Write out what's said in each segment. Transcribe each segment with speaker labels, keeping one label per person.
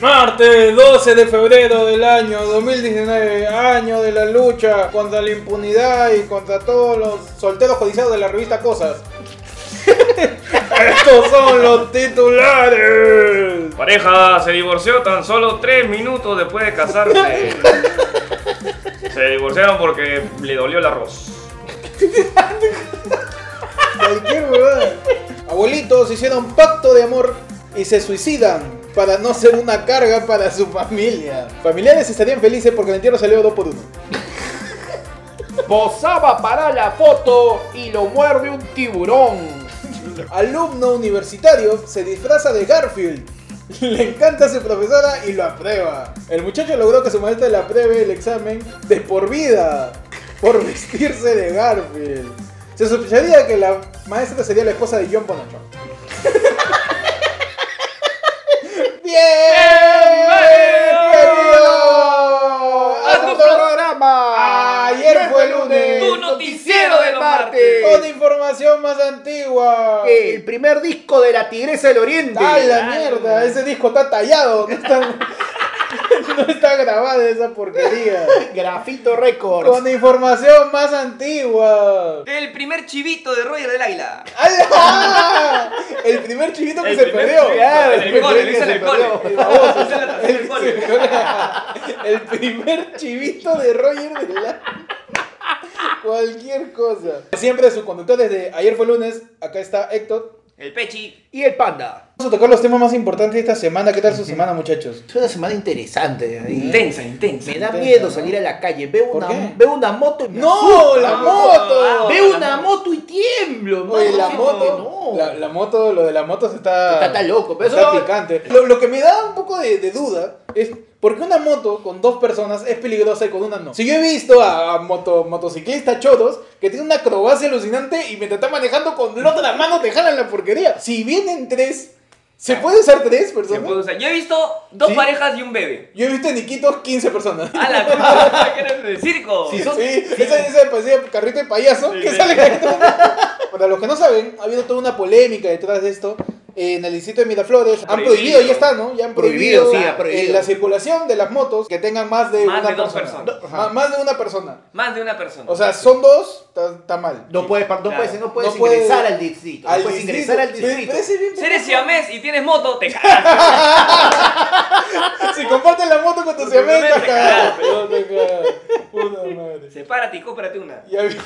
Speaker 1: Martes 12 de febrero del año 2019, año de la lucha contra la impunidad y contra todos los solteros codiciados de la revista Cosas. Estos son los titulares.
Speaker 2: Pareja se divorció tan solo tres minutos después de casarse. Se divorciaron porque le dolió el arroz.
Speaker 1: Cualquier huevada. Abuelitos hicieron pacto de amor y se suicidan para no ser una carga para su familia. Familiares estarían felices porque el entierro salió 2 por 1
Speaker 3: Posaba para la foto y lo muerde un tiburón.
Speaker 1: Alumno universitario se disfraza de Garfield. Le encanta a su profesora y lo aprueba. El muchacho logró que su maestra le apruebe el examen de por vida por vestirse de Garfield. Se sospecharía que la maestra sería la esposa de John Bonachon. ¡Bienvenido a tu programa! Ayer fue lunes.
Speaker 2: Tu noticiero de los martes.
Speaker 1: Otra información más antigua.
Speaker 3: El primer disco de la Tigresa del Oriente.
Speaker 1: ¡Ah, la mierda! Ese disco está tallado. No está, no está grabada esa porquería.
Speaker 3: Grafito Records.
Speaker 1: Con información más antigua.
Speaker 4: El primer chivito de Roger del Águila.
Speaker 1: ¡Ala! El primer chivito que
Speaker 2: El
Speaker 1: se
Speaker 2: primer
Speaker 1: perdió.
Speaker 2: chivito.
Speaker 1: Claro,
Speaker 2: En el
Speaker 1: primer
Speaker 2: cole,
Speaker 1: que
Speaker 2: dice en
Speaker 1: se
Speaker 2: el cole.
Speaker 1: perdió.
Speaker 2: Dice en la- en el cole.
Speaker 1: El primer chivito de Roger de la... Cualquier cosa. Siempre su conductor desde ayer fue lunes. Acá está Héctor.
Speaker 4: El Pechi.
Speaker 3: Y el Panda.
Speaker 1: Vamos a tocar los temas más importantes de esta semana. ¿Qué tal su semana, muchachos?
Speaker 3: Es una semana interesante. Y
Speaker 4: Intensa, intensa.
Speaker 3: Me da
Speaker 1: Intensa,
Speaker 3: miedo
Speaker 1: ¿no?
Speaker 3: salir a la calle. Veo
Speaker 1: ¿Por
Speaker 3: una,
Speaker 1: qué?
Speaker 3: veo una moto y me
Speaker 1: ¡No!
Speaker 3: asusto.
Speaker 1: ¡La
Speaker 4: Ah,
Speaker 1: moto!
Speaker 4: ah,
Speaker 3: Veo
Speaker 4: la
Speaker 3: una moto y tiemblo. no,
Speaker 1: Oye, la
Speaker 3: no,
Speaker 1: moto.
Speaker 3: no.
Speaker 1: La, la moto, lo de la moto se está.
Speaker 3: Está tan loco, pero
Speaker 1: está
Speaker 3: eso-
Speaker 1: picante. Lo, lo que me da un poco de, de duda es. ¿Por qué una moto con dos personas es peligrosa y con una no? Si yo he visto a, a moto, motociclistas chotos que tienen una acrobacia alucinante y mientras están manejando con la otra mano te jalan la porquería. Si vienen tres, ¿se
Speaker 3: Ah.
Speaker 1: puede usar tres
Speaker 4: Se
Speaker 1: personas?
Speaker 4: puede usar. Yo he visto dos
Speaker 1: ¿Sí?
Speaker 4: parejas y un bebé.
Speaker 1: Yo he visto en Iquitos 15 personas.
Speaker 3: Ah,
Speaker 4: ¡A la puta! ¿Qué eres de circo?
Speaker 1: Sí, esa esa parecía carrito de payaso
Speaker 2: Sí,
Speaker 1: que
Speaker 2: sí.
Speaker 1: sale carrito de- Para los que no saben, ha habido toda una polémica detrás de esto. eh, En el distrito de Miraflores han
Speaker 4: Prohibido.
Speaker 1: prohibido, ya está, ¿no? Ya han prohibido,
Speaker 3: Prohibido, sí, ha
Speaker 1: eh,
Speaker 3: prohibido.
Speaker 1: la circulación de las motos que tengan más de
Speaker 4: Más
Speaker 1: una
Speaker 4: de dos
Speaker 1: persona.
Speaker 4: personas.
Speaker 1: Ajá. Má- más de una persona.
Speaker 4: Más de una persona.
Speaker 1: O sea, son dos, está mal.
Speaker 3: No puedes, par- no
Speaker 4: Claro.
Speaker 3: puedes, no puedes
Speaker 1: No puede-
Speaker 3: ingresar al distrito.
Speaker 1: Al
Speaker 3: no puedes
Speaker 1: distrito.
Speaker 3: ingresar al
Speaker 1: Me
Speaker 3: distrito.
Speaker 1: parece bien
Speaker 4: si eres siamés y tienes moto, te cagas.
Speaker 1: Si compartes la moto con tu
Speaker 4: Con tu
Speaker 1: siamés,
Speaker 4: siamés,
Speaker 1: estás
Speaker 4: te
Speaker 1: cagado, no te cagas. Puta madre.
Speaker 4: Sepárate y cómprate una.
Speaker 1: Y había-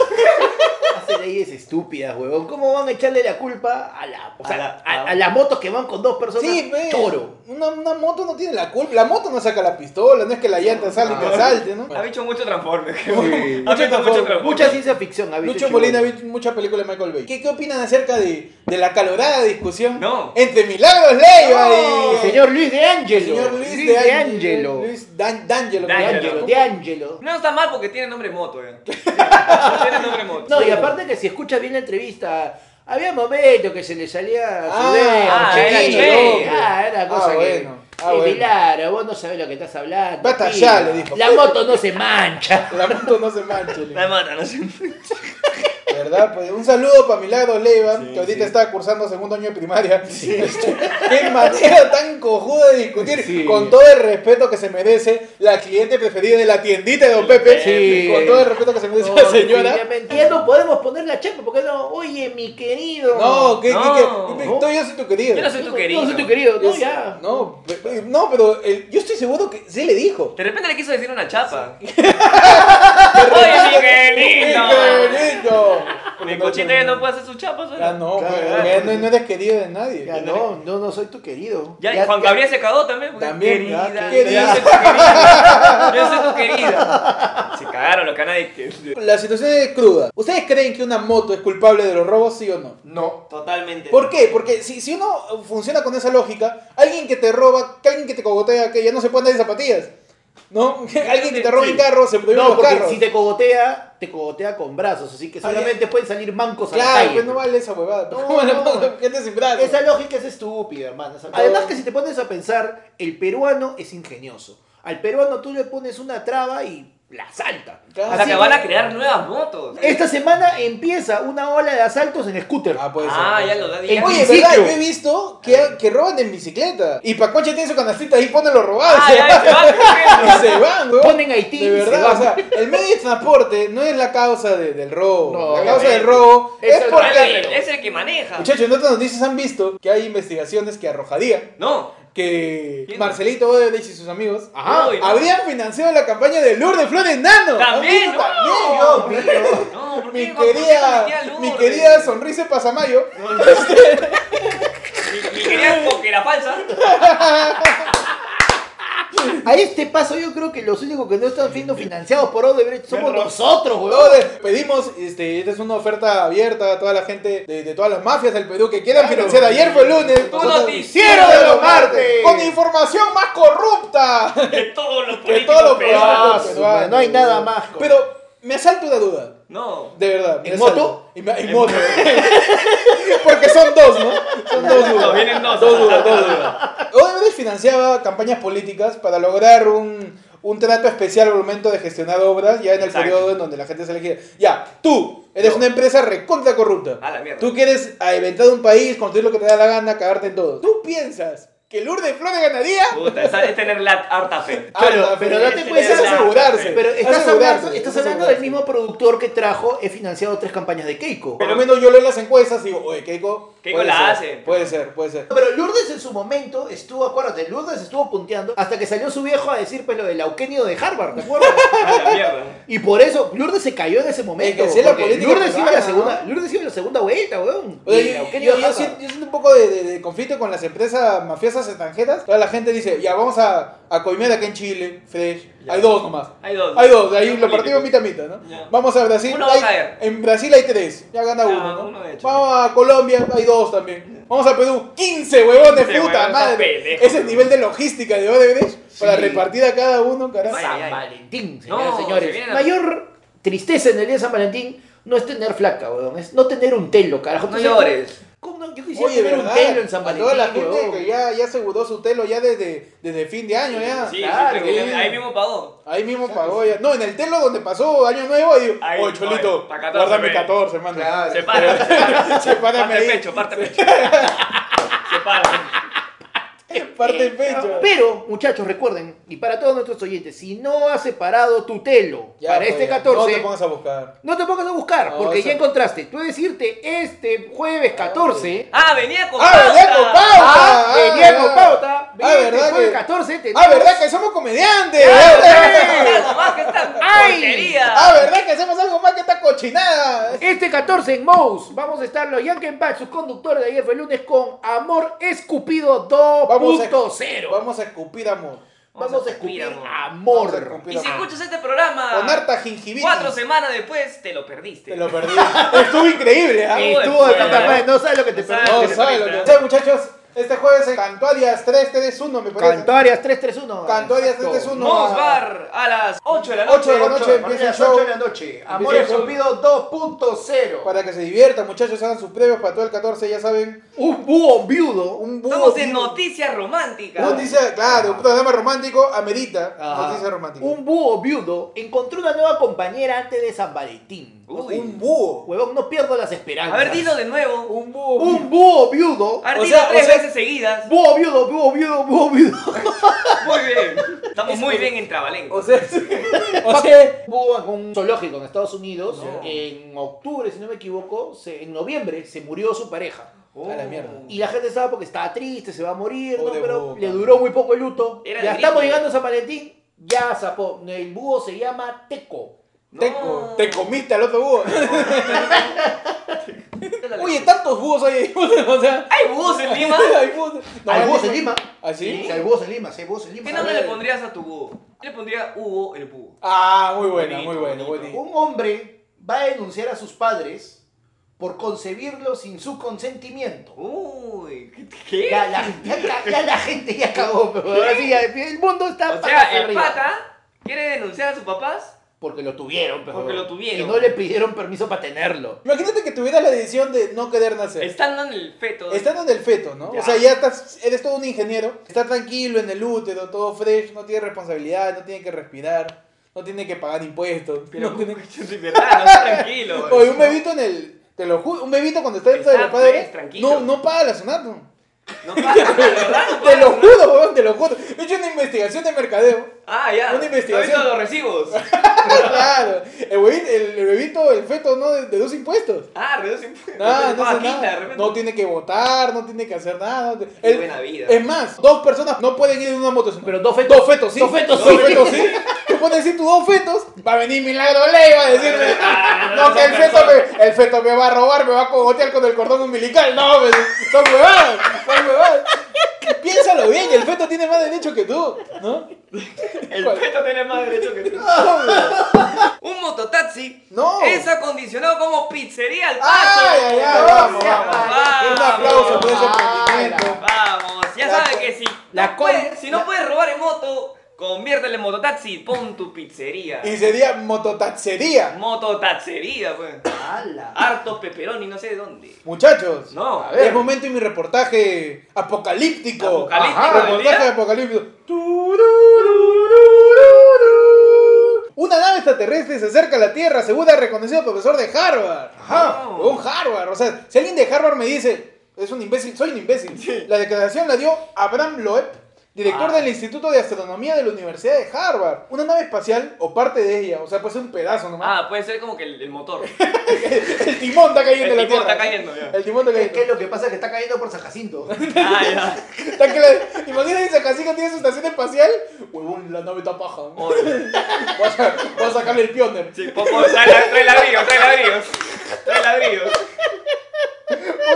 Speaker 3: Hace leyes estúpidas, huevón. ¿Cómo van a echarle la culpa a, la,
Speaker 4: O sea,
Speaker 3: a, la- a- a las motos que van con dos personas?
Speaker 1: Sí, ve,
Speaker 3: Toro.
Speaker 1: Una, una moto no tiene la culpa. La moto no saca la pistola, no es que la llanta salga y te salte, ¿no?
Speaker 4: Ah. Ha dicho mucho transforme. Ha
Speaker 1: Mucho
Speaker 4: visto mucho
Speaker 1: tampoco.
Speaker 4: transforme.
Speaker 3: Mucha ciencia ficción ha visto.
Speaker 1: Lucho
Speaker 3: Chivo.
Speaker 1: Molina ha visto muchas películas de Michael Bay. ¿Qué, qué opinan acerca de, de la calorada discusión
Speaker 4: No.
Speaker 1: entre Milagros Leiva
Speaker 3: El
Speaker 1: y
Speaker 3: ¡Oh! señor Luis de Angelo.
Speaker 1: señor Luis,
Speaker 3: Luis
Speaker 1: de,
Speaker 3: de
Speaker 1: Ang-
Speaker 3: Angelo.
Speaker 1: Luis Dan- D'Angelo.
Speaker 3: De
Speaker 4: D'Angelo.
Speaker 3: Angelo, de Angelo.
Speaker 4: No está mal porque tiene nombre de moto, eh. Tiene nombre de moto.
Speaker 3: No, y aparte que si escuchas bien la entrevista, había momentos que se le salía su
Speaker 1: Ah,
Speaker 3: dedo,
Speaker 4: ah,
Speaker 3: che,
Speaker 4: era
Speaker 3: che,
Speaker 4: chévere.
Speaker 3: ah, era cosa
Speaker 1: Ah,
Speaker 3: que...
Speaker 1: bueno, ah,
Speaker 3: eh,
Speaker 1: bueno.
Speaker 3: Milagro, vos no sabés lo que estás hablando.
Speaker 1: Basta
Speaker 3: tío.
Speaker 1: ya, le dijo.
Speaker 3: La moto no se mancha.
Speaker 1: La moto no se mancha,
Speaker 4: La
Speaker 1: le-
Speaker 4: mata, no sé.
Speaker 1: ¿verdad? Pues, un saludo para Milagros Leiva, que ahorita
Speaker 3: sí.
Speaker 1: está cursando segundo año de primaria. Este, Qué manera tan cojuda de discutir,
Speaker 3: Sí.
Speaker 1: con todo el respeto que se merece la cliente preferida de la tiendita de Don Pepe.
Speaker 3: Sí.
Speaker 1: Con todo el respeto que se merece la señora.
Speaker 3: Definitivamente. Ya no podemos poner la chapa porque no, oye, mi querido.
Speaker 1: No, que,
Speaker 4: No.
Speaker 1: que- que- que- estoy yo soy tu querido.
Speaker 4: Yo no soy tu querido.
Speaker 3: No, soy tu querido,
Speaker 1: Yo
Speaker 3: no,
Speaker 1: sé-
Speaker 3: ya.
Speaker 1: No, pe- pe- no, pero eh, yo estoy seguro que sí le dijo.
Speaker 4: De repente le quiso decir una chapa. Oye, Miguelito.
Speaker 1: Miguelito.
Speaker 4: Mi cochita ya no puede hacer su chapa, ¿sabes?
Speaker 1: Ya no,
Speaker 3: Claro,
Speaker 1: pues,
Speaker 3: claro.
Speaker 1: ya no, no eres querido de nadie.
Speaker 3: Ya, no, no, no soy tu querido.
Speaker 4: Ya, Juan Gabriel se cagó también. porque,
Speaker 1: También,
Speaker 4: querida,
Speaker 1: ya,
Speaker 4: Yo
Speaker 1: querida.
Speaker 4: soy tu querida. Yo soy tu querida. Se cagaron los canales. que-
Speaker 1: La situación es cruda. ¿Ustedes creen que una moto es culpable de los robos, sí o no?
Speaker 3: No.
Speaker 4: Totalmente.
Speaker 1: ¿Por qué? Porque si, si uno funciona con esa lógica, alguien que te roba, que alguien que te cogotea, que ya no se pueden dar zapatillas. ¿No? alguien que te roba en carro, se prohíben
Speaker 3: No,
Speaker 1: los
Speaker 3: porque
Speaker 1: carros.
Speaker 3: si te cogotea, te cogotea con brazos, así que
Speaker 1: Ah, ya.
Speaker 3: solamente pueden salir mancos a la
Speaker 1: Claro,
Speaker 3: calle.
Speaker 1: pues no vale esa huevada.
Speaker 3: No,
Speaker 1: ¿Cómo le
Speaker 3: no.
Speaker 1: pongo gente sin brazos?
Speaker 3: Esa lógica es estúpida, hermano. Además que si te pones a pensar, el peruano es ingenioso. Al peruano tú le pones una traba y
Speaker 5: la asaltan.
Speaker 4: O
Speaker 1: Así
Speaker 4: sea, que van a crear nuevas motos.
Speaker 3: Esta semana empieza una ola de asaltos en scooter.
Speaker 1: Ah, puede ser.
Speaker 4: Ah,
Speaker 1: puede
Speaker 4: ya
Speaker 1: ser.
Speaker 4: lo da
Speaker 3: En
Speaker 4: ya.
Speaker 1: Oye,
Speaker 3: biciclo.
Speaker 1: ¿verdad? Yo he visto que, que roban en bicicleta. Y Pacoche tiene su canastita ahí, pone los robados.
Speaker 4: Ah, ya, ya, se van corriendo.
Speaker 1: Y se van, weón.
Speaker 3: Ponen Haití y
Speaker 1: De
Speaker 3: se
Speaker 1: verdad,
Speaker 3: van.
Speaker 1: o sea, el medio de transporte no es la causa de- del robo.
Speaker 3: No,
Speaker 1: la causa
Speaker 3: obviamente.
Speaker 1: del robo es,
Speaker 3: Es el
Speaker 1: porque.
Speaker 4: Ay, Es el que maneja.
Speaker 1: Muchachos, en otras noticias han visto que hay investigaciones que arrojadía
Speaker 4: No.
Speaker 1: que
Speaker 4: ¿Quién?
Speaker 1: Marcelito Odebrecht y sus amigos
Speaker 3: Ajá.
Speaker 4: Uy, no.
Speaker 1: habrían financiado la campaña de Lourdes Flores Nano.
Speaker 4: También,
Speaker 1: Amigo,
Speaker 4: no.
Speaker 1: también, yo, mío.
Speaker 4: No, ¿por
Speaker 1: Mi
Speaker 4: qué? ¿Por qué
Speaker 1: querida,
Speaker 4: metía Lourdes?
Speaker 1: mi querida sonrisa de Pasamayo.
Speaker 4: Mi- Mi querida coquera falsa.
Speaker 3: A este paso yo creo que los únicos que no están siendo financiados por Odebrecht somos
Speaker 1: Perro.
Speaker 3: nosotros,
Speaker 1: Luego
Speaker 3: weón.
Speaker 1: de- pedimos, este, esta es una oferta abierta a toda la gente de, de todas las mafias del Perú que quieran financiar. Ayer fue lunes.
Speaker 4: Tu
Speaker 1: nosotros-
Speaker 4: noticiero
Speaker 3: de los martes.
Speaker 1: Con información más corrupta
Speaker 4: De todos los
Speaker 1: que
Speaker 4: políticos
Speaker 1: todo lo
Speaker 4: peruanos.
Speaker 3: Ah,
Speaker 1: político
Speaker 3: su
Speaker 1: peruano.
Speaker 3: madre, no hay nada más.
Speaker 1: Pero me asalta una duda.
Speaker 4: No.
Speaker 1: De verdad. me
Speaker 3: ¿En
Speaker 1: asalta.
Speaker 3: moto?
Speaker 1: Y me- En, moto. Porque son dos, ¿no? Son dos dudas.
Speaker 4: No, vienen dos.
Speaker 1: Dos dudas, dos dudas. Odebrecht financiaba campañas políticas para lograr un, un trato especial al momento de gestionar obras, ya en el
Speaker 4: Exacto.
Speaker 1: periodo en donde la gente se elegía. Ya, tú eres
Speaker 4: Yo.
Speaker 1: una empresa recontra corrupta.
Speaker 4: A la mierda.
Speaker 1: Tú quieres inventar un país, construir lo que te da la gana, cagarte en todo. ¿Tú piensas que Lourdes Flores ganaría?
Speaker 4: Puta, esa es tener la harta fe.
Speaker 3: Pero-
Speaker 1: Alta,
Speaker 3: pero
Speaker 1: fe.
Speaker 3: date
Speaker 1: Eso
Speaker 3: cuenta-
Speaker 1: es asegurarse.
Speaker 3: Pero estás
Speaker 1: asegurarse,
Speaker 3: hablando, estás
Speaker 1: es
Speaker 3: hablando
Speaker 1: asegurarse.
Speaker 3: del mismo productor que trajo, he financiado tres campañas de Keiko.
Speaker 1: Por lo menos yo leo las encuestas y digo, oye, Keiko.
Speaker 4: Keiko
Speaker 1: puede
Speaker 4: la
Speaker 1: ser,
Speaker 4: hace.
Speaker 1: Puede ser, puede ser.
Speaker 3: Pero Lourdes en su momento estuvo, acuérdate, Lourdes estuvo punteando hasta que salió su viejo a decir pues lo del auquenio de Harvard, ¿te acuerdas?
Speaker 4: A la mierda.
Speaker 3: Y por eso Lourdes se cayó en ese momento.
Speaker 1: Es que sí, la
Speaker 3: porque
Speaker 1: política
Speaker 3: Lourdes, iba a la
Speaker 1: peruana,
Speaker 3: segunda, Lourdes iba a la segunda vuelta, weón.
Speaker 1: O sea,
Speaker 3: Y el
Speaker 1: yo,
Speaker 3: Eugenio
Speaker 1: yo- yo
Speaker 3: Garza.
Speaker 1: siento, yo siento un poco de, de- de conflicto con las empresas mafiosas extranjeras. Toda la gente dice, ya vamos a, a Coimer acá en Chile, Fresh.
Speaker 4: Ya.
Speaker 1: Hay dos nomás.
Speaker 4: Hay dos.
Speaker 1: Hay dos, de ahí
Speaker 4: Hay
Speaker 1: lo
Speaker 4: políticos.
Speaker 1: partimos mitad a mitad, ¿no?
Speaker 4: Ya.
Speaker 1: Vamos a Brasil.
Speaker 4: Uno va a
Speaker 1: hay-
Speaker 4: caer.
Speaker 1: En Brasil hay tres, ya gana
Speaker 4: Ya,
Speaker 1: uno. ¿no?
Speaker 4: uno de hecho.
Speaker 1: Vamos a Colombia, hay dos también. Vamos a Perú, 15 huevones,
Speaker 4: 15
Speaker 1: puta
Speaker 4: huevones,
Speaker 1: madre.
Speaker 4: pendejo.
Speaker 1: Ese nivel de logística de Odebrecht para repartir a cada uno, carajo.
Speaker 4: Vaya.
Speaker 3: San
Speaker 4: ay.
Speaker 3: Valentín,
Speaker 4: No,
Speaker 3: señoras y
Speaker 4: se
Speaker 3: señores.
Speaker 4: viene la-
Speaker 3: Mayor tristeza en el día de San Valentín no es tener flaca, weón. Es no tener un telo, carajo.
Speaker 4: No
Speaker 3: Entonces,
Speaker 4: llores.
Speaker 3: ¿cómo no? Yo quisiera
Speaker 1: Oye,
Speaker 3: tener
Speaker 1: ¿verdad?
Speaker 3: un telo en San
Speaker 1: A
Speaker 3: Valentín,
Speaker 1: toda la gente
Speaker 3: weón.
Speaker 1: que ya, ya aseguró su telo ya desde, desde fin de año, ya.
Speaker 4: Sí,
Speaker 3: Claro.
Speaker 4: sí, porque ahí mismo pagó.
Speaker 1: Ahí mismo pagó ya. No, en el telo donde pasó Año Nuevo, digo,
Speaker 4: Ahí,
Speaker 1: oye, Cholito,
Speaker 4: oye, pa' 14,
Speaker 1: guárdame
Speaker 4: ve".
Speaker 1: 14, mano.
Speaker 3: Claro.
Speaker 4: Se para.
Speaker 1: Sepárame
Speaker 4: Parte
Speaker 1: ahí.
Speaker 4: pecho, parte pecho. Se para.
Speaker 1: Parte el pecho.
Speaker 3: Pero, muchachos, recuerden, y para todos nuestros oyentes, si no has separado tu telo
Speaker 1: Ya,
Speaker 3: para
Speaker 1: pues,
Speaker 3: este
Speaker 1: ya.
Speaker 3: 14,
Speaker 1: No te pongas a buscar.
Speaker 3: pongas a buscar,
Speaker 1: No,
Speaker 3: porque
Speaker 1: eso-
Speaker 3: ya encontraste. Tú decirte este jueves 14.
Speaker 4: Ah, venía con
Speaker 1: Ah, venía con
Speaker 4: pauta.
Speaker 1: pauta.
Speaker 3: Ah, venía
Speaker 1: ah,
Speaker 3: con pauta.
Speaker 1: ah,
Speaker 3: Venía
Speaker 1: ¿verdad
Speaker 3: jueves
Speaker 1: que-
Speaker 3: 14.
Speaker 1: Ah,
Speaker 3: tenemos-
Speaker 1: ¿verdad que somos comediantes?
Speaker 4: Algo más que esta
Speaker 3: Ay.
Speaker 4: porquería.
Speaker 1: Ah, ¿verdad que hacemos algo más que esta cochinada?
Speaker 3: Este 14 en Mouse vamos a estar los Yankee Pack, sus conductores de ayer fue el lunes con Amor Escupido 2.0.
Speaker 1: Vamos a-
Speaker 3: Vamos,
Speaker 1: Vamos a escupir amor.
Speaker 3: a escupir
Speaker 4: Vamos a
Speaker 1: Vamos a
Speaker 3: amor.
Speaker 1: escupir
Speaker 4: Y si escuchas este programa
Speaker 1: Con harta gingivitis.
Speaker 4: cuatro semanas después, te lo perdiste.
Speaker 1: Te lo perdí. Estuvo increíble, ¿ah?
Speaker 4: Sí,
Speaker 3: Estuvo de tanta
Speaker 4: Bueno.
Speaker 3: madre, no sabes lo que te
Speaker 4: No
Speaker 3: perdiste.
Speaker 1: No,
Speaker 4: te
Speaker 1: ¿sabes lo que
Speaker 4: perdiste,
Speaker 1: pasa, muchachos? Este jueves en Cantuarias 331, me parece.
Speaker 3: Cantuarias 331.
Speaker 1: Cantuarias
Speaker 3: Exacto.
Speaker 1: 331.
Speaker 4: Nos bar a las 8 de la noche.
Speaker 1: Ocho de la noche empieza el show.
Speaker 3: noche.
Speaker 1: Amor el show.
Speaker 3: Escupido 2.0.
Speaker 1: Para que se diviertan, muchachos, hagan sus previos para todo el 14, ya saben.
Speaker 3: Un búho viudo.
Speaker 1: Un búho.
Speaker 4: Estamos en noticias románticas.
Speaker 1: Noticia, claro, un programa romántico amerita.
Speaker 3: Ajá.
Speaker 1: Noticia romántica.
Speaker 3: Un búho viudo encontró una nueva compañera antes de San Valentín.
Speaker 4: Uy.
Speaker 1: Un búho.
Speaker 3: Huevón, no pierdo las esperanzas.
Speaker 4: A ver, dilo de nuevo.
Speaker 1: Un búho.
Speaker 3: Un búho viudo.
Speaker 4: A ver,
Speaker 1: O
Speaker 4: dilo
Speaker 1: sea,
Speaker 4: tres
Speaker 1: o sea-
Speaker 4: veces seguidas.
Speaker 3: Búho viudo, búho viudo, búho viudo.
Speaker 4: Muy bien. Estamos muy bien en Trabalenco.
Speaker 1: O sea, o
Speaker 3: Papi,
Speaker 1: sea,
Speaker 3: hubo en un zoológico en Estados Unidos.
Speaker 4: No.
Speaker 3: En octubre, si no me equivoco, se- en noviembre se murió su pareja.
Speaker 4: Oh.
Speaker 1: a la mierda.
Speaker 3: Y la gente estaba porque estaba triste, se va a morir, ¿no?
Speaker 1: Pobre
Speaker 3: pero
Speaker 1: búho,
Speaker 3: le
Speaker 1: mano.
Speaker 3: duró muy poco el luto.
Speaker 4: Era
Speaker 3: ya
Speaker 4: el
Speaker 3: estamos
Speaker 4: gringo.
Speaker 3: llegando a San Valentín, ya zapó. El búho se llama Teco.
Speaker 1: Teco,
Speaker 4: No.
Speaker 1: te comiste al otro búho. Oye,
Speaker 4: Oye,
Speaker 1: tantos búhos hay. o sea,
Speaker 4: ¿hay búhos en Lima?
Speaker 1: hay búhos. No,
Speaker 3: hay
Speaker 1: en
Speaker 3: búhos en Lima.
Speaker 1: ¿Ah,
Speaker 3: Sí,
Speaker 1: sí?
Speaker 3: hay búhos en Lima, sí, hay búhos en Lima.
Speaker 4: ¿Qué
Speaker 3: A
Speaker 4: nombre
Speaker 3: ver,
Speaker 4: le pondrías a tu búho? Yo le pondría Hugo el búho.
Speaker 1: Ah, muy buena, muy buena,
Speaker 4: Bonito,
Speaker 1: buena.
Speaker 3: Un hombre va a denunciar a sus padres por concebirlo sin su consentimiento.
Speaker 4: Uy, ¿qué?
Speaker 3: Ya la, ya la- ya la gente ya acabó, pero ahora sí, ya, el mundo está
Speaker 4: O
Speaker 3: patas
Speaker 4: sea, el
Speaker 3: arriba.
Speaker 4: pata quiere denunciar a sus papás.
Speaker 3: Porque lo tuvieron, pero.
Speaker 4: Porque lo tuvieron.
Speaker 3: Y no le pidieron permiso para tenerlo.
Speaker 1: Imagínate que tuvieras la decisión de no querer nacer.
Speaker 4: Están dando el feto.
Speaker 1: Estando en el feto, ¿no?
Speaker 4: Ya.
Speaker 1: O sea, ya estás, eres todo un ingeniero, está tranquilo en el útero, todo fresh, no tiene responsabilidad, no tiene que respirar. no tiene que pagar impuestos.
Speaker 4: Pero
Speaker 1: no tiene-
Speaker 4: es verdad, no está tranquilo.
Speaker 1: Oye, un bebito en el. Te lo juro, un bebito cuando está dentro de los
Speaker 4: Está,
Speaker 1: padres.
Speaker 4: pues, tranquilo.
Speaker 1: No, no paga la Sonato.
Speaker 4: No pasa, de verdad. no
Speaker 1: Te
Speaker 4: pasa.
Speaker 1: lo juro, weón, te lo juro. He hecho una investigación de mercadeo.
Speaker 4: Ah, ya.
Speaker 1: Una
Speaker 4: ¿No
Speaker 1: investigación.
Speaker 4: visto los recibos?
Speaker 1: claro. El, huevito, el, el bebito, el feto, ¿no? De, de dos impuestos.
Speaker 4: Ah, reduce impuestos.
Speaker 1: Nada,
Speaker 4: Entonces,
Speaker 1: no, hace
Speaker 4: paga quinta, de
Speaker 1: nada.
Speaker 4: repente.
Speaker 1: no tiene que votar, no tiene que hacer nada.
Speaker 4: Qué
Speaker 1: El-
Speaker 4: buena vida.
Speaker 1: Es más, dos personas no pueden ir en una moto.
Speaker 5: Pero dos fetos.
Speaker 1: Dos fetos, sí.
Speaker 5: Dos fetos,
Speaker 1: Dos
Speaker 5: sí.
Speaker 1: fetos, sí. Tú puedes decir tus dos fetos, va a venir Milagro Ley, va a decirme, no, que el feto, me, el feto me va a robar, me va a cogotear con el cordón umbilical. No, pues, son huevadas, son huevadas. Piénsalo bien, el feto tiene más derecho que tú, ¿no?
Speaker 4: El
Speaker 1: ¿Cuál?
Speaker 4: peto tiene más derecho que tú. Un mototaxi
Speaker 1: No.
Speaker 4: es acondicionado como pizzería al paso.
Speaker 1: ¡Ay, ay, ay! Vamos, vamos.
Speaker 4: Vamos.
Speaker 1: Un aplauso por ese emprendimiento.
Speaker 4: Vamos, ya
Speaker 1: La-
Speaker 4: sabes que si,
Speaker 5: la
Speaker 4: no
Speaker 5: com-
Speaker 4: puedes, si no
Speaker 5: la-
Speaker 4: puedes robar en moto, conviértele en mototaxi, pon tu pizzería.
Speaker 1: Y sería mototaxería.
Speaker 4: Mototaxería, pues.
Speaker 1: Ah.
Speaker 3: ¡Hala!
Speaker 4: Harto peperoni, no sé de dónde.
Speaker 1: Muchachos,
Speaker 4: No,
Speaker 1: es momento de mi reportaje apocalíptico.
Speaker 4: Apocalíptico del
Speaker 1: reportaje
Speaker 4: día.
Speaker 1: apocalíptico. Turururururu. Una nave extraterrestre se acerca a la Tierra, según ha reconocido profesor de Harvard. Ajá,
Speaker 4: Wow.
Speaker 1: Ah, un Harvard. O sea, si alguien de Harvard me dice, es un imbécil, soy un imbécil. La declaración la dio Abraham Loeb, director
Speaker 4: Ah.
Speaker 1: del Instituto de Astronomía de la Universidad de Harvard. Una nave espacial o parte de ella, o sea, puede ser un pedazo nomás.
Speaker 4: Ah, puede ser como que el, el motor.
Speaker 1: El timón está cayendo
Speaker 4: El
Speaker 1: en la
Speaker 4: timón
Speaker 1: Tierra.
Speaker 4: está cayendo, ya.
Speaker 1: El timón está
Speaker 3: Es
Speaker 1: cayendo.
Speaker 3: que lo que pasa es que está cayendo por San Jacinto.
Speaker 4: Ah, ya.
Speaker 1: Está que la- Imagínate si Cacica tiene su estación espacial. Huevón, la nave está paja.
Speaker 4: Oye.
Speaker 1: Voy a, voy a sacarle el pioner.
Speaker 4: Sí, po- po- trae, la- trae ladrillos, trae ladrillos. Trae ladrillos.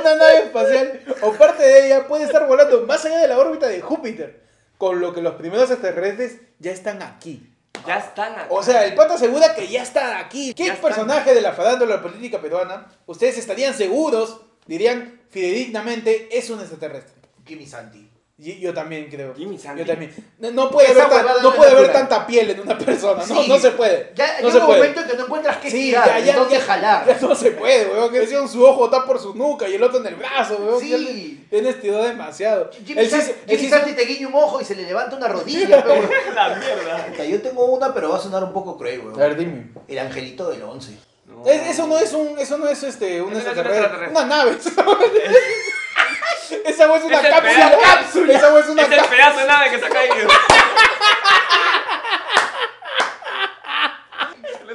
Speaker 1: Una nave espacial o parte de ella puede estar volando más allá de la órbita de Júpiter. Con lo que los primeros extraterrestres ya están aquí.
Speaker 4: Ya están acá.
Speaker 1: O sea, el pata asegura que ya está aquí. ¿Qué
Speaker 4: Ya están.
Speaker 1: personaje de la farándula política peruana ustedes estarían seguros, dirían fidedignamente, es un extraterrestre?
Speaker 3: Kimi Santi.
Speaker 1: Y- Yo también creo.
Speaker 4: Jimmy Santi.
Speaker 1: Yo también. No, no puede, haber,
Speaker 3: Esa
Speaker 1: tan-
Speaker 3: huevada
Speaker 1: no
Speaker 3: no
Speaker 1: puede
Speaker 3: es
Speaker 1: haber
Speaker 3: natural.
Speaker 1: tanta piel en una persona. No,
Speaker 3: Sí.
Speaker 1: no se puede.
Speaker 3: Ya
Speaker 1: no
Speaker 3: llega
Speaker 1: se
Speaker 3: un
Speaker 1: puede.
Speaker 3: momento en que no encuentras qué
Speaker 1: Sí,
Speaker 3: tirar,
Speaker 1: ya, ya,
Speaker 3: dónde
Speaker 1: ya-
Speaker 3: jalar.
Speaker 1: ya no se puede, weón. Que decían su ojo está por su nuca y el otro en el brazo, weón.
Speaker 3: Sí.
Speaker 1: Ya le- le han estirado demasiado.
Speaker 3: Jimmy,
Speaker 1: Él sí-
Speaker 3: Santi,
Speaker 1: él
Speaker 3: Jimmy
Speaker 1: sí-
Speaker 3: Santi te guiña un ojo y se le levanta una rodilla, pe, weón.
Speaker 4: la mierda.
Speaker 3: Puta, Yo tengo una, pero va a sonar un poco cruel, weón.
Speaker 1: A ver, dime.
Speaker 3: El angelito del 11.
Speaker 1: Es- eso no es un, eso no es este, un
Speaker 4: Eso no es un
Speaker 1: extraterrestre.
Speaker 4: extraterrestre.
Speaker 1: Una nave. Esa weón es una
Speaker 4: Es el
Speaker 1: cápsula.
Speaker 4: pedazo- cápsula.
Speaker 1: Esa weón es una
Speaker 4: Es el
Speaker 1: cápsula.
Speaker 4: pedazo de nave que se ha caído.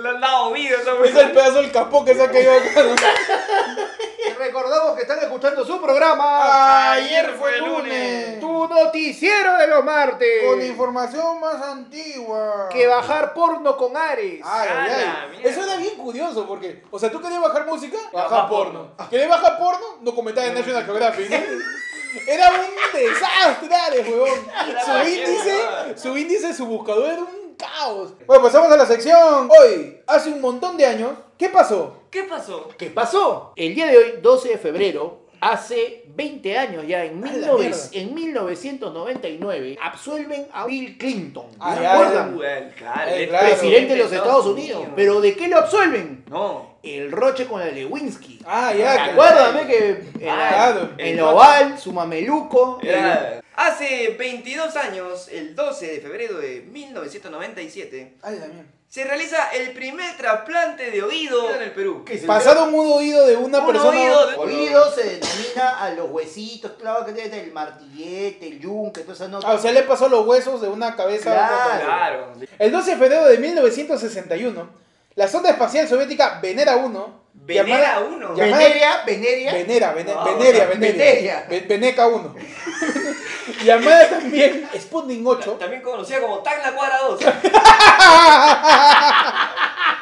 Speaker 4: Le han dado vida esa
Speaker 1: Es el
Speaker 4: mujer.
Speaker 1: pedazo del capó que se ha caído acá. ¿no?
Speaker 3: Y recordamos que están escuchando su programa.
Speaker 1: Ayer fue lunes.
Speaker 3: Tu noticiero de los martes.
Speaker 1: Con información más antigua.
Speaker 3: Que bajar porno con Ares.
Speaker 1: Ay,
Speaker 4: Ah,
Speaker 1: ay,
Speaker 4: la
Speaker 1: ay.
Speaker 4: mierda.
Speaker 1: Eso era bien curioso porque, o sea, tú querías bajar música, baja
Speaker 4: Baja
Speaker 1: porno. Querías bajar porno, documental en National Geographic. ¿no? Era un desastre, Ares, huevón. Su
Speaker 4: mierda.
Speaker 1: índice, su índice, su buscador era un caos. Bueno, pasamos a la sección. Hoy, hace un montón de años, ¿qué pasó?
Speaker 4: ¿Qué pasó?
Speaker 3: ¿Qué pasó?
Speaker 5: El día de hoy, 12 de febrero, hace 20 años ya, en,
Speaker 1: A la
Speaker 5: 19
Speaker 1: mierda.
Speaker 5: en 1999, absuelven a Bill Clinton. ¿Se
Speaker 1: Ay,
Speaker 5: acuerdan?
Speaker 1: ay,
Speaker 4: Bueno, claro,
Speaker 1: Eh,
Speaker 4: el
Speaker 1: claro.
Speaker 5: Presidente de los Estados Unidos. ¿Pero de qué lo absuelven?
Speaker 4: No.
Speaker 5: El roche con la Lewinsky.
Speaker 1: Ah,
Speaker 5: ¿Se
Speaker 1: ya. que-
Speaker 5: acuerdan, ve, que
Speaker 1: Ah,
Speaker 5: era
Speaker 1: claro.
Speaker 5: el oval, su mameluco? el-
Speaker 4: Era- Hace 22 años, el 12 de febrero de 1997,
Speaker 1: Ay, la mierda.
Speaker 4: se realiza el primer trasplante de oído en el Perú.
Speaker 3: ¿Qué es el-
Speaker 1: Pasaron un oído de una
Speaker 4: Un
Speaker 1: persona.
Speaker 4: oído de-
Speaker 3: Oído se denomina a los huesitos, claro que tiene el martillete, el yunque, toda esa nota.
Speaker 1: Ah, o sea, le pasó los huesos de una cabeza a otra
Speaker 3: Claro.
Speaker 1: cabeza.
Speaker 4: Claro.
Speaker 1: El 12 de febrero de 1961, la sonda espacial soviética Venera 1.
Speaker 4: Venera
Speaker 1: llamada-
Speaker 4: 1.
Speaker 1: llamada-
Speaker 3: Veneria, Veneria.
Speaker 1: Venera, Vene-
Speaker 4: No,
Speaker 1: Veneria,
Speaker 3: no,
Speaker 1: Veneria.
Speaker 3: Veneria.
Speaker 1: Ve- Veneca 1. llamada también Sputnik 8.
Speaker 4: También conocida como Tacla Cuadra 2. Ah.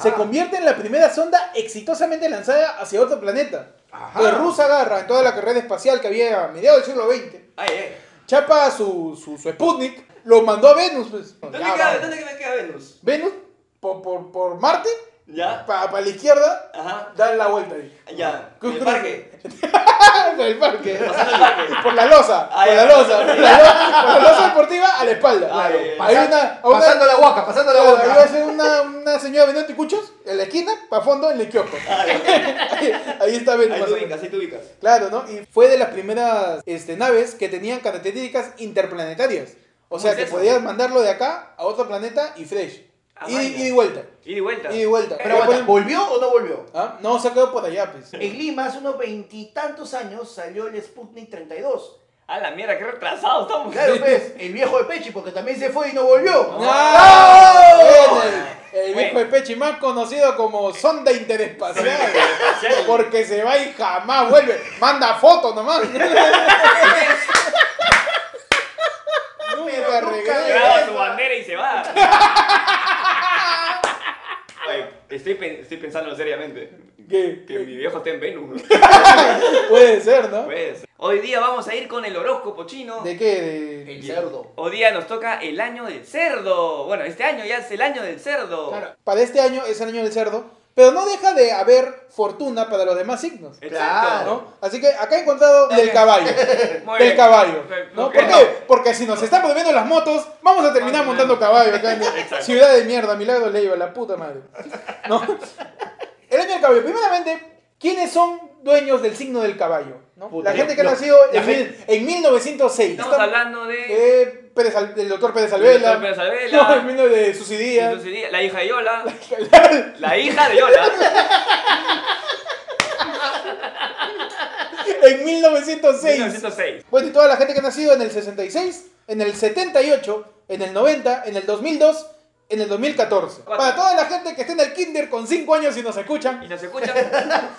Speaker 1: Se convierte en la primera sonda exitosamente lanzada hacia otro planeta.
Speaker 3: Ajá.
Speaker 1: De rusa garra en toda la carrera espacial que había a mediados del siglo XX.
Speaker 4: Ay, eh. ay.
Speaker 1: Chapa su, su, su Sputnik, lo mandó a Venus. Pues.
Speaker 4: ¿Dónde,
Speaker 1: Ya,
Speaker 4: queda,
Speaker 1: vamos.
Speaker 4: ¿Dónde me queda Venus?
Speaker 1: Venus, por, por, por Marte,
Speaker 4: ¿Ya?
Speaker 1: para la izquierda,
Speaker 4: Ajá.
Speaker 1: dan la vuelta ahí.
Speaker 4: Ya.
Speaker 1: Cruz,
Speaker 4: ¿En el
Speaker 1: cruz.
Speaker 4: parque?
Speaker 1: Por el parque.
Speaker 4: ¿Pasando el parque?
Speaker 1: Por la losa.
Speaker 4: Ah,
Speaker 1: por,
Speaker 4: ya,
Speaker 1: la
Speaker 4: ya,
Speaker 1: losa
Speaker 4: ya.
Speaker 1: por la losa. por la losa deportiva a la espalda.
Speaker 4: Ah,
Speaker 1: Claro.
Speaker 4: ya, ya.
Speaker 1: Hay una. a una-
Speaker 3: pasando la boca, pasando la
Speaker 1: claro,
Speaker 3: boca.
Speaker 1: iba a ser una, una señora vendiendo ticuchos en la esquina, para fondo, en el kiosco. ahí, ahí está Beto,
Speaker 4: Ah, Ahí
Speaker 1: más
Speaker 4: tú
Speaker 1: o menos.
Speaker 4: ubicas, ahí tú ubicas.
Speaker 1: Claro, ¿no? Y fue de las primeras este, naves que tenían características interplanetarias. O
Speaker 4: ¿Cómo
Speaker 1: sea,
Speaker 4: es
Speaker 1: que
Speaker 4: eso?
Speaker 1: podías mandarlo de acá a otro planeta y fresh.
Speaker 4: Ah,
Speaker 1: Y,
Speaker 4: vaya.
Speaker 1: y de vuelta.
Speaker 4: Y de vuelta.
Speaker 1: Y de vuelta.
Speaker 3: Pero
Speaker 1: Le
Speaker 3: aguanta,
Speaker 1: ponen-
Speaker 3: ¿volvió o no volvió?
Speaker 1: ¿Ah? No, se quedó por allá, pues.
Speaker 3: En Lima hace unos veintitantos años salió el Sputnik 32.
Speaker 4: A la mierda, qué retrasado estamos.
Speaker 3: Claro, pues, el viejo de Pechi, porque también se fue y no volvió.
Speaker 1: ¡No! El, el viejo de
Speaker 4: Bueno.
Speaker 1: Pechi más conocido como sonda interespacial. Porque se va y jamás vuelve. Manda fotos nomás. Nunca regresa.
Speaker 4: Graba su bandera y se va. Oye, estoy, pen- estoy pensando seriamente.
Speaker 1: ¿Qué?
Speaker 4: Que mi viejo esté en Venus.
Speaker 1: Puede ser, ¿no?
Speaker 4: Pues, hoy día vamos a ir con el horóscopo chino.
Speaker 1: ¿De qué? De-
Speaker 3: El cerdo.
Speaker 4: Hoy día nos toca el año del cerdo. Bueno, este año ya es el año del cerdo.
Speaker 3: Claro.
Speaker 1: Para este año es el año del cerdo. Pero no deja de haber fortuna para los demás signos.
Speaker 4: Exacto.
Speaker 1: ¿no? Así que acá he encontrado del caballo.
Speaker 4: Muy
Speaker 1: Del
Speaker 4: bien. Pues,
Speaker 1: caballo. ¿no?
Speaker 4: Ok.
Speaker 1: ¿Por qué? Porque si nos están prohibiendo las motos, vamos a terminar
Speaker 4: Más o menos.
Speaker 1: montando caballo acá en
Speaker 4: Exacto.
Speaker 1: Ciudad de mierda, Milagro Leiva, la puta madre. ¿No? El año del caballo. Primeramente, ¿quiénes son dueños del signo del caballo? ¿No?
Speaker 3: Puta,
Speaker 1: la
Speaker 3: yo-
Speaker 1: gente que
Speaker 3: yo-
Speaker 1: ha nacido
Speaker 3: la
Speaker 1: en, mil- en 1906.
Speaker 4: Estamos
Speaker 1: Estamos-
Speaker 4: hablando de.
Speaker 1: eh, Pérez Al- del doctor Pérez
Speaker 4: Del
Speaker 1: Alvela.
Speaker 4: doctor Pérez Alvela.
Speaker 1: No, el mismo de Sucidia.
Speaker 4: Entonces, sí, La hija de Yola. La hija de Yola.
Speaker 1: En 1906.
Speaker 4: 1906.
Speaker 1: Bueno, Pues, y toda la gente que ha nacido en el 66, en el 78, en el 90, en el 2002, en el 2014.
Speaker 4: Cuatro.
Speaker 1: Para toda la gente que esté en el kinder con 5 años y nos escuchan,
Speaker 4: Y nos escuchan.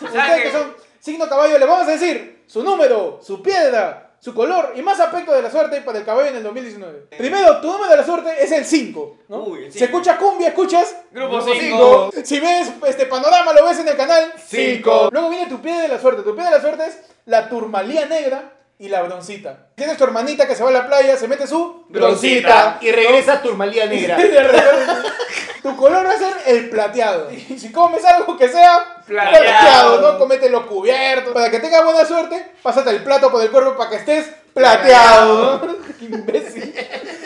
Speaker 1: ustedes que son signo caballo, le vamos a decir su número, su piedra, su color y más aspecto de la suerte para el caballo en el 2019. Primero, tu número de la suerte es el 5. ¿no?
Speaker 4: Uy, el
Speaker 1: Si
Speaker 4: cinco.
Speaker 1: escuchas cumbia, escuchas
Speaker 4: Grupo
Speaker 1: cinco.
Speaker 4: cinco.
Speaker 1: Si ves este panorama, lo ves en el canal
Speaker 4: Cinco.
Speaker 1: 5. Luego viene tu piedra de la suerte. Tu piedra de la suerte es la turmalía negra y la broncita. Tienes tu hermanita que se va a la playa, se mete su
Speaker 4: Broncita.
Speaker 3: Y regresa a Turmalía Negra.
Speaker 1: Y de repente, tu color va a ser el plateado. Y si comes algo que sea
Speaker 4: Plateado.
Speaker 1: no comete los cubiertos. Para que tengas buena suerte, pásate el plato por el cuerpo para que estés plateado. ¿no? Qué imbécil.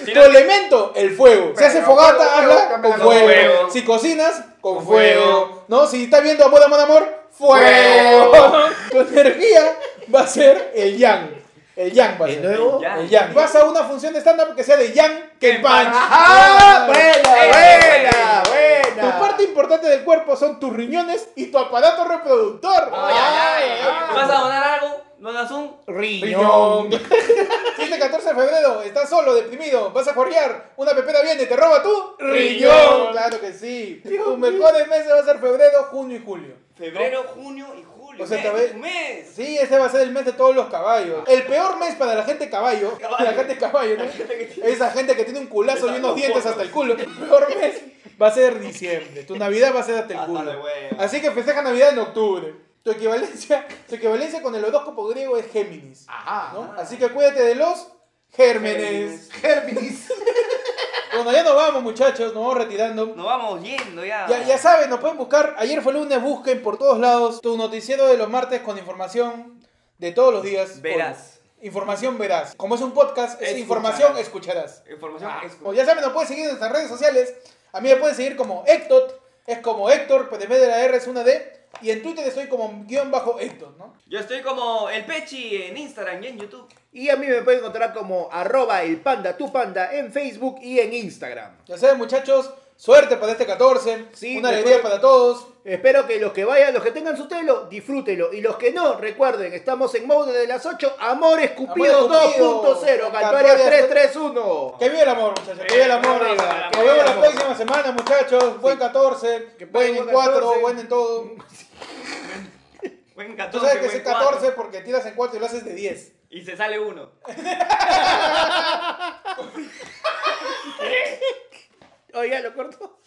Speaker 4: Si
Speaker 1: Tu
Speaker 4: no-
Speaker 1: elemento, el fuego. Si hace fogata, hazla con
Speaker 3: con
Speaker 1: fuego.
Speaker 4: fuego.
Speaker 1: Si cocinas, con,
Speaker 4: Con
Speaker 1: fuego.
Speaker 4: fuego.
Speaker 1: ¿No? Si estás viendo amor, amor, amor, fuego.
Speaker 4: Fuego.
Speaker 1: tu energía va a ser el yang. El yang va a
Speaker 3: De
Speaker 1: ser.
Speaker 3: nuevo.
Speaker 4: Ya.
Speaker 1: El yang. Vas a una función de stand-up que sea de yang que punch.
Speaker 3: ¡Ah! ¡Buena,
Speaker 4: Eh,
Speaker 3: buena,
Speaker 1: Tu
Speaker 3: buena!
Speaker 1: parte importante del cuerpo son tus riñones y tu aparato reproductor.
Speaker 4: Ay, ay, ay.
Speaker 1: Ay,
Speaker 4: ¿Vas a donar algo? ¿Donas un?
Speaker 1: Riñón. Si este 14 de febrero estás solo, deprimido, vas a jorrear, una pepera viene y te roba tú.
Speaker 4: Riñón.
Speaker 1: Claro que sí. Tus mejores meses va a ser febrero, junio y julio.
Speaker 4: Febrero, junio y julio.
Speaker 1: O sea,
Speaker 4: mes,
Speaker 1: tal vez-
Speaker 4: un mes.
Speaker 1: Sí, este va a ser el mes de todos los caballos. El peor mes para la gente Ah. caballo,
Speaker 4: Caballo.
Speaker 1: la gente caballo, ¿no? Esa gente que tiene un culazo y
Speaker 4: Esa-
Speaker 1: unos
Speaker 4: los
Speaker 1: dientes
Speaker 4: conos.
Speaker 1: hasta el culo. El peor mes va a ser diciembre. Tu Navidad va a ser hasta el
Speaker 4: Hasta
Speaker 1: culo.
Speaker 4: la hueva.
Speaker 1: Así que festeja Navidad en octubre. Tu equivalencia, tu equivalencia con el horóscopo griego es Géminis.
Speaker 3: Ajá.
Speaker 1: ¿no? Así que cuídate de los gérmenes.
Speaker 3: Géminis.
Speaker 1: Bueno, ya nos vamos, muchachos, nos vamos retirando.
Speaker 4: Nos vamos yendo ya.
Speaker 1: Ya, ya saben, nos pueden buscar. Ayer fue lunes, busquen por todos lados tu noticiero de los martes con información de todos los días.
Speaker 4: Verás.
Speaker 1: Con- información verás. Como es un podcast, es
Speaker 4: Escucharás.
Speaker 1: información escucharás.
Speaker 4: Información. es-
Speaker 1: Como ya saben, nos pueden seguir en nuestras redes sociales. A mí me pueden seguir como Hector. Es como Héctor, pero en vez de la R es una D. Y en Twitter estoy como guión bajo Hector, ¿no?
Speaker 4: Yo estoy como el Pechi en Instagram y en YouTube.
Speaker 3: Y a mí me pueden encontrar como arroba el panda, tu panda, en Facebook y en Instagram.
Speaker 1: Ya saben, muchachos, suerte para este 14.
Speaker 3: Sí,
Speaker 1: una
Speaker 3: me
Speaker 1: alegría
Speaker 3: acuerdo.
Speaker 1: para todos.
Speaker 3: Espero que los que vayan, los que tengan su telo, disfrútelo. Y los que no, recuerden, estamos en modo de las 8, Amor Escupido
Speaker 1: Amor Escupido.
Speaker 3: 2.0,
Speaker 1: Cantuaria
Speaker 3: Cantuaria 331.
Speaker 1: Que viva el amor, muchachos. Que viva el amor.
Speaker 4: Eh,
Speaker 1: Nos vemos la próxima semana, muchachos. Buen 14.
Speaker 3: Que
Speaker 1: buen
Speaker 3: pasen
Speaker 1: en
Speaker 3: buen
Speaker 1: 4,
Speaker 3: 14.
Speaker 1: buen en todo.
Speaker 4: Buen
Speaker 1: Tú
Speaker 4: 14.
Speaker 1: sabes que es
Speaker 4: buen
Speaker 1: el
Speaker 4: cuatro.
Speaker 1: 14 porque tiras en 4 y lo haces de 10.
Speaker 4: Y se sale uno.
Speaker 3: Oiga, Oh, lo corto.